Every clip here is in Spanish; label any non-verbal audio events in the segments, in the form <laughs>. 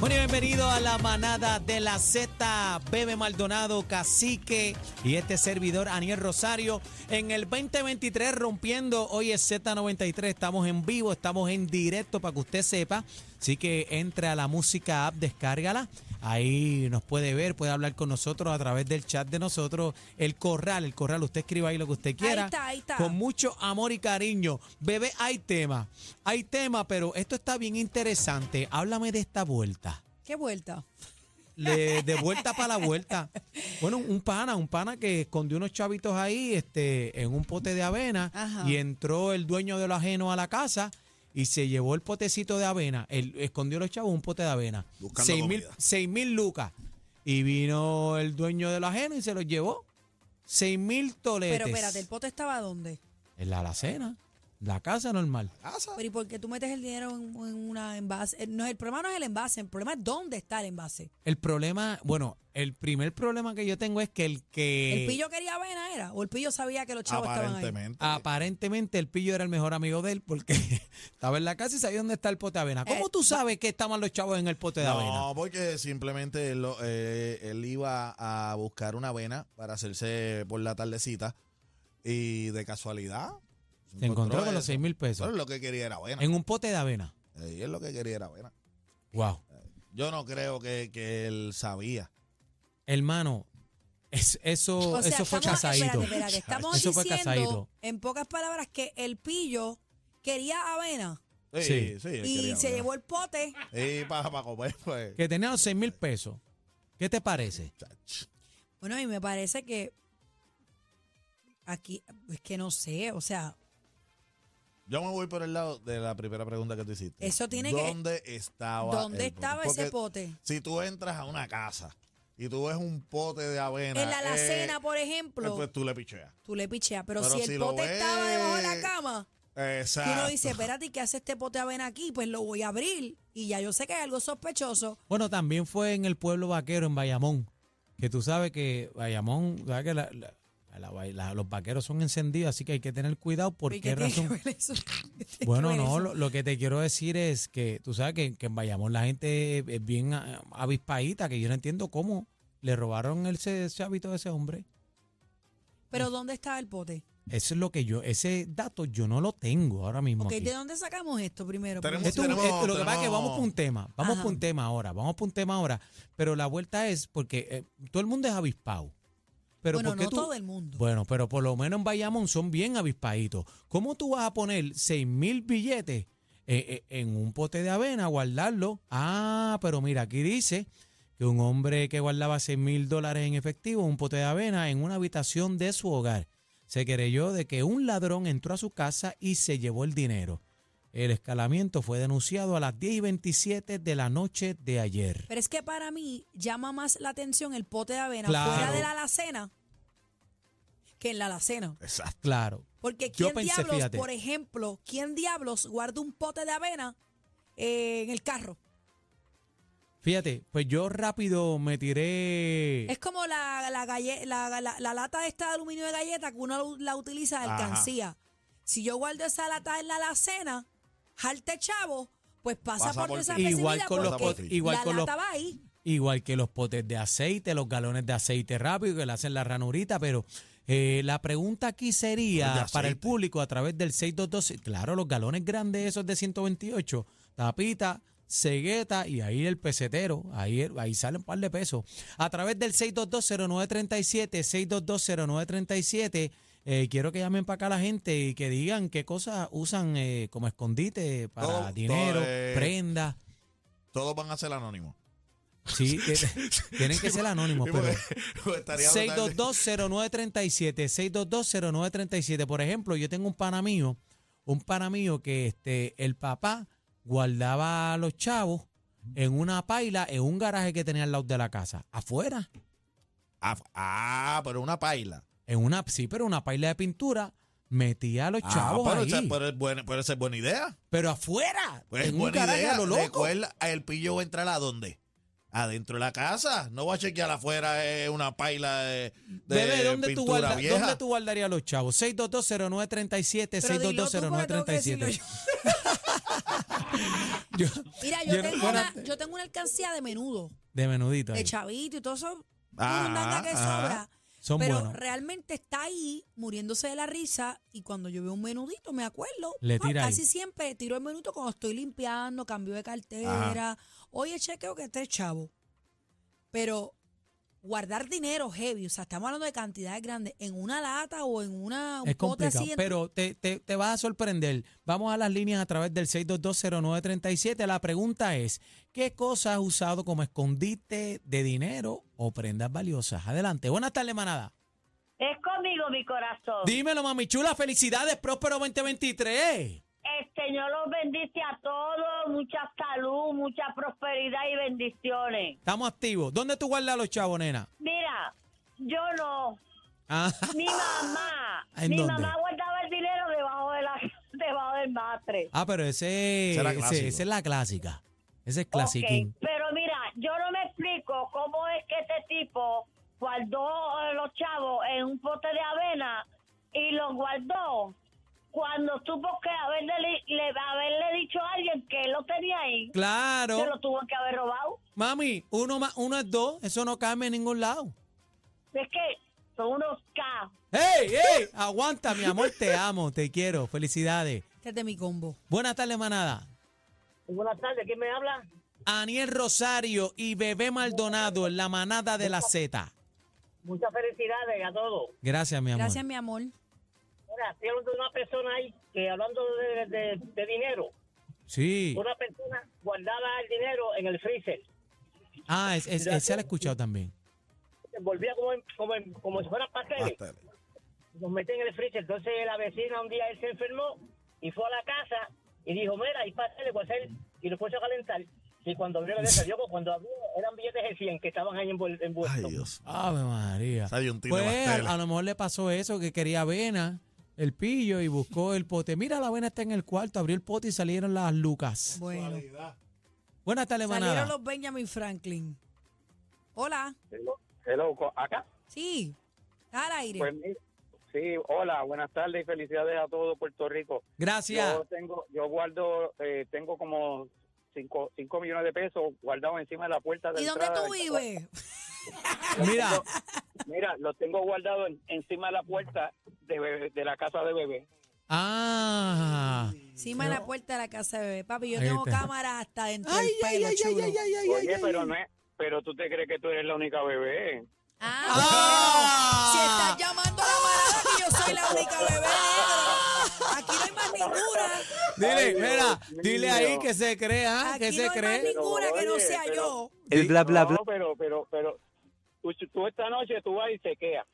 Bueno, y bienvenido a la manada de la Z, Bebe Maldonado, Cacique y este servidor Aniel Rosario. En el 2023 rompiendo, hoy es Z93, estamos en vivo, estamos en directo para que usted sepa. Así que entre a la música app, descárgala. Ahí nos puede ver, puede hablar con nosotros a través del chat de nosotros. El corral, el corral, usted escriba ahí lo que usted quiera. está, ahí está. Con mucho amor y cariño. Bebé, hay tema. Hay tema, pero esto está bien interesante. Háblame de esta vuelta. ¿Qué vuelta? Le- de vuelta para la vuelta. Bueno, un pana, un pana que escondió unos chavitos ahí este, en un pote de avena Ajá. y entró el dueño de lo ajeno a la casa y se llevó el potecito de avena. Él escondió los chavos un pote de avena. Buscando seis mil, comida. seis mil lucas. Y vino el dueño de lo ajeno y se los llevó. Seis mil toletes. Pero espérate, ¿el pote estaba dónde? En la alacena, la casa normal. casa. Pero ¿y por qué tú metes el dinero en, en una envase? Eh, No, el problema no es el envase, el problema es dónde está el envase. El problema, bueno, el primer problema que yo tengo es que el que... ¿El pillo quería avena era? ¿O el pillo sabía que los chavos estaban ahí? Eh. Aparentemente. Ah, Aparentemente el pillo era el mejor amigo de él porque <laughs> estaba en la casa y sabía dónde está el pote de avena. ¿Cómo Eh, tú sabes que estaban los chavos en el pote de avena? No, porque simplemente él, lo- eh, él iba a buscar una avena para hacerse por la tardecita y de casualidad Se encontró con eso. los 6 mil Pero pesos él lo que quería era avena. en un pote de avena. Eh, y él lo que quería era avena. Wow. Yo no creo que, que él sabía. Hermano, es- eso, O sea, eso fue estamos- casadito. Espérate, espérate, estamos Eso fue diciendo, casadito. en pocas palabras, que el pillo quería avena Sí, Sí. sí, él y quería se avena. llevó el pote. Y para comer, pues. Que tenía los 6 mil pesos. ¿Qué te parece? chach. Bueno, y me parece que aquí, es que no sé, o sea, Yo me voy por el lado de la primera pregunta que tú hiciste. Eso tiene que- ¿Dónde estaba ¿dónde el pote? estaba Porque ese pote? Si tú entras a una casa y tú ves un pote de avena. En la alacena, eh, por ejemplo. Pues tú le picheas. Tú le picheas, pero, Pero si el si lo pote estaba debajo de la ve- cama, y Exacto. uno dice, espérate, ¿y ¿qué hace este pote de avena aquí? Pues lo voy a abrir y ya yo sé que hay algo sospechoso. Bueno, también fue en el pueblo vaquero, en Bayamón. Que tú sabes que Bayamón, sabes que la- la- la- la- los vaqueros son encendidos, así que hay que tener cuidado por ¿Y qué Pues, tiene razón. <laughs> que ver eso? ¿Qué tiene que Bueno, ver no, eso? lo, lo que te quiero decir es que tú sabes que, que en Bayamón la gente es- es bien a- avispadita, que yo no entiendo cómo le robaron el ese hábito de ese hombre. Pero ¿dónde estaba el pote? Eso es lo que yo, ese dato yo no lo tengo ahora mismo. Ok, aquí. ¿de dónde sacamos esto primero? Tenemos- Esto- Tenemos- esto- lo que pasa es que tenemos- vamos por un tema, vamos Ajá. por un tema ahora, vamos por un tema ahora, pero la vuelta es porque eh, todo el mundo es avispado. Pero bueno, ¿por qué no tú- todo el mundo. Bueno, pero por lo menos en Bayamón son bien avispaditos. ¿Cómo tú vas a poner seis mil billetes eh, eh, en un pote de avena, guardarlo? Ah, pero mira, aquí dice que un hombre que guardaba seis mil dólares en efectivo, en un pote de avena, en una habitación de su hogar, se querelló de que un ladrón entró a su casa y se llevó el dinero. El escalamiento fue denunciado a las 10 y 27 de la noche de ayer. Pero es que para mí llama más la atención el pote de avena Claro. fuera de la alacena que en la alacena. Exacto. Claro. Porque Yo ¿quién pensé, diablos, fíjate. por ejemplo, quién diablos guarda un pote de avena eh, en el carro? Fíjate, pues yo rápido me tiré... Es como la, la, galle- la, la- la lata esta de aluminio de galleta que uno la utiliza de Ajá. alcancía. Si yo guardo esa lata en la alacena, jarte chavo, pues pasa, Pasa por, por esa ti. Igual con, los porque pot- igual, la con los, lata va ahí. igual que los potes de aceite, los galones de aceite rápido que le hacen la ranurita, pero eh, la pregunta aquí Los de sería aceite. para el público a través del 622, claro, los galones grandes esos de 128, tapita, cegueta y ahí el pesetero, ahí, el- ahí sale un par de pesos. A través del 6220937, 6220937. Eh, quiero que llamen para acá la gente y que digan qué cosas usan eh, como escondite para Todo- todo, dinero, eh, prendas. Todos van a ser anónimos. <laughs> Sí, tiene- tienen que ser anónimos, Sí, pero... porque- <laughs> pues, estaría brutal. 6220937, 6220937. Por ejemplo, yo tengo un pana mío, un pana mío que este, el papá guardaba a los chavos en una paila, en un garaje que tenía al lado de la casa, afuera, Ah, ah, pero una paila. en una, sí, pero una paila de pintura, metía a los Ah, chavos pero, ahí, esa- pero es buena, pero esa es buena idea. pero afuera, Pues es en un buena garaje idea. a lo loco. Recuerda, el pillo va a entrar a dónde? Adentro de la casa. No va a chequear afuera eh, una paila de, de Bebé, ¿dónde tú, pintura guarda- vieja. ¿dónde tú guardarías a los chavos? 6220937, Pero dilo tú, porque tengo que decirlo 6220937. yo. <laughs> Yo- Mira, yo, Yo no- tengo bueno, una, yo tengo una alcancía de menudo, de menudito. ahí. de chavito y todo eso. Ah, burundanga que ah, sobra. Son pero buenos. realmente está ahí muriéndose de la risa y cuando yo veo un menudito me acuerdo. Le pues, tira ahí. casi siempre tiro el menudo cuando estoy limpiando, cambio de cartera. Oye, chequeo que esté chavo. Pero guardar dinero heavy, o sea, estamos hablando de cantidades grandes, en una lata o en una un Es pote complicado, así, en- pero te, te- te vas a sorprender. Vamos a las líneas a través del 6220937. La pregunta es, ¿qué cosa has usado como escondite de dinero o prendas valiosas? Adelante. Buenas tardes, manada. Es conmigo mi corazón. Dímelo, mami chula. Felicidades, próspero 2023. El Señor los bendice a todos, mucha salud, mucha prosperidad y bendiciones. Estamos activos. ¿Dónde tú guardas los chavos, nena? Mira, yo no, Ah, mi mamá, ¿En mi dónde? mamá guardaba el dinero debajo de la <laughs> debajo del matre. ah, pero ese, Ese era ese- clásico. esa es la clásica. Ese es Ok, clasiquín. Pero mira, yo no me explico cómo es que este tipo guardó eh, los chavos en un pote de avena y los guardó cuando supo que haberle, le- haberle dicho a alguien que él lo tenía ahí. Claro. Se lo tuvo que haber robado. Mami, uno más uno es dos. Eso no cambia en ningún lado. Es que son unos K. ¡Ey, ey! Aguanta, mi amor, te amo, te quiero. Felicidades. este es de mi combo. Buenas tardes, manada. Buenas tardes, ¿quién me habla? Aniel Rosario y Bebé Maldonado en la manada de la Z. Muchas felicidades a todos. Gracias, mi amor. Gracias, mi amor. Mira, estoy hablando de una persona ahí que hablando de, de- de dinero, Sí. una persona guardaba el dinero en el freezer. Ah, es, es- ese la he escuchado también. Se envolvía como, en- como, en- como si fueran pasteles. Basta. Los meten en el freezer. Entonces la vecina un día él se enfermó y fue a la casa y dijo, mira, hay pasteles, voy a hacer", y lo puso a calentar. Y cuando <laughs> abrió la mesa, yo cuando abrió eran billetes de 100 que estaban ahí envuel- envueltos. Ay, Dios. Ave María. Hay un tiro de Pues pastel. a, a lo mejor le pasó eso, que quería avena, el pillo, y buscó el pote. Mira, la avena está en el cuarto, abrió el pote y salieron las lucas. Bueno, Buenas tardes, salieron manada. los Benjamin Franklin. Hola. Hello, co- acá. Sí, está al aire. Pues, mi- sí, hola, buenas tardes y felicidades a todo Puerto Rico. Gracias. ah. Yo tengo, yo guardo, eh, tengo como 5 millones de pesos guardados encima de la puerta de ¿Y dónde entrada tú del- vives? Mira, Mira, los tengo guardados en- encima de la puerta de, bebé- de la casa de bebé. ah. Encima de la puerta de la casa de bebé. Papi, yo Ahí tengo está. cámaras hasta dentro del pelo, chulo. Oye, pero no es, pero tú te crees que tú eres la única bebé. Ah, Ah. bueno, si estás llamando a la manada que yo soy la única bebé, pero aquí no hay más ninguna. Dile, Ay, mira, Dios dile mío. ahí que se crea, que Aquí Ah, se no hay más cree. ninguna que no Oye, sea pero- yo. Sí. El bla bla bla. No, pero, pero, pero, tú, tú esta noche tú vas y te quedas.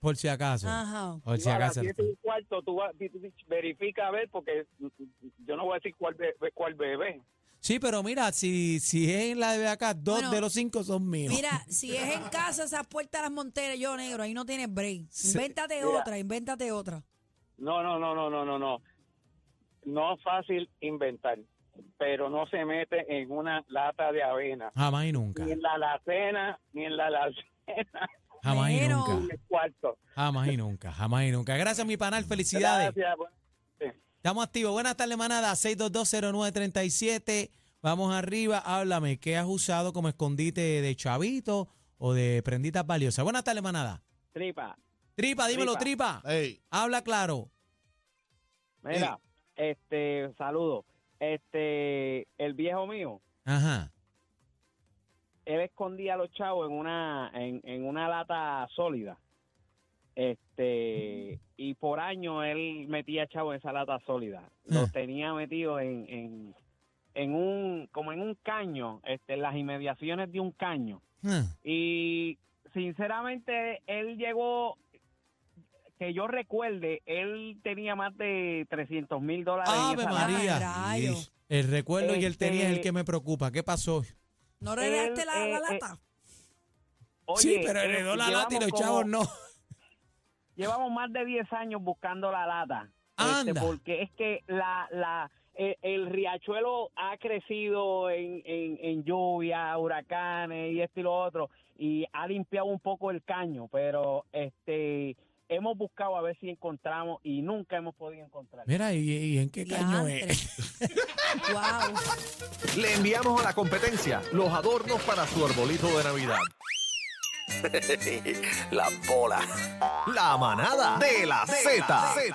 Por si acaso. Ajá. Por Tú si a las acaso. siete y cuarto, tú vas, verifica a ver, porque yo no voy a decir cuál, be- cuál bebé. Sí, pero mira, si, si es en la de acá, dos Bueno, de los cinco son míos. Mira, si es en casa esas puertas de las monteras, yo negro, ahí no tienes break. Sí. Invéntate Mira. otra, invéntate otra. No, no, no, no, no, no, no. No es fácil inventar, pero no se mete en una lata de avena. Jamás y nunca. Ni en la alacena, ni en la alacena, Jamás y Pero- ni en nunca. el cuarto. Jamás y nunca. Jamás y nunca. Gracias, mi panal. Felicidades. Gracias. bueno. Estamos activos. Buenas tardes, manada. 6220937. Vamos arriba. Háblame. ¿Qué has usado como escondite de chavito o de prenditas valiosas? Buenas tardes, manada. Tripa, Tripa, dímelo, tripa. Ey, Habla claro. mira, Este, saludo. Este, el viejo mío, Ajá. él escondía a los chavos en una, en, en una lata sólida. Este, y por año él metía chavos en esa lata sólida. Ah. Los tenía metidos en, en, en un, como en un caño, este, en las inmediaciones de un caño. Ah. Y sinceramente, él llegó, que yo recuerde, él tenía más de 300 mil dólares. en Ave esa lata. María. Ay, rayo. Sí. El recuerdo y el Este- tenía es el que me preocupa. ¿Qué pasó? ¿No regalaste Él, la, la eh, eh, lata? sí, Oye, pero eh, heredó la lata y los llevamos como- chavos no. Llevamos más de 10 años buscando la lata. Este, Anda. porque es que la, la, eh, el, riachuelo ha crecido en, en, en lluvia, huracanes y esto y lo otro. Y ha limpiado un poco el caño, pero este hemos buscado a ver si encontramos y nunca hemos podido encontrar. Mira, ¿y, y en qué caño es? wow. Le enviamos a la competencia los adornos para su arbolito de <laughs> Navidad. la bola. La manada de la Z.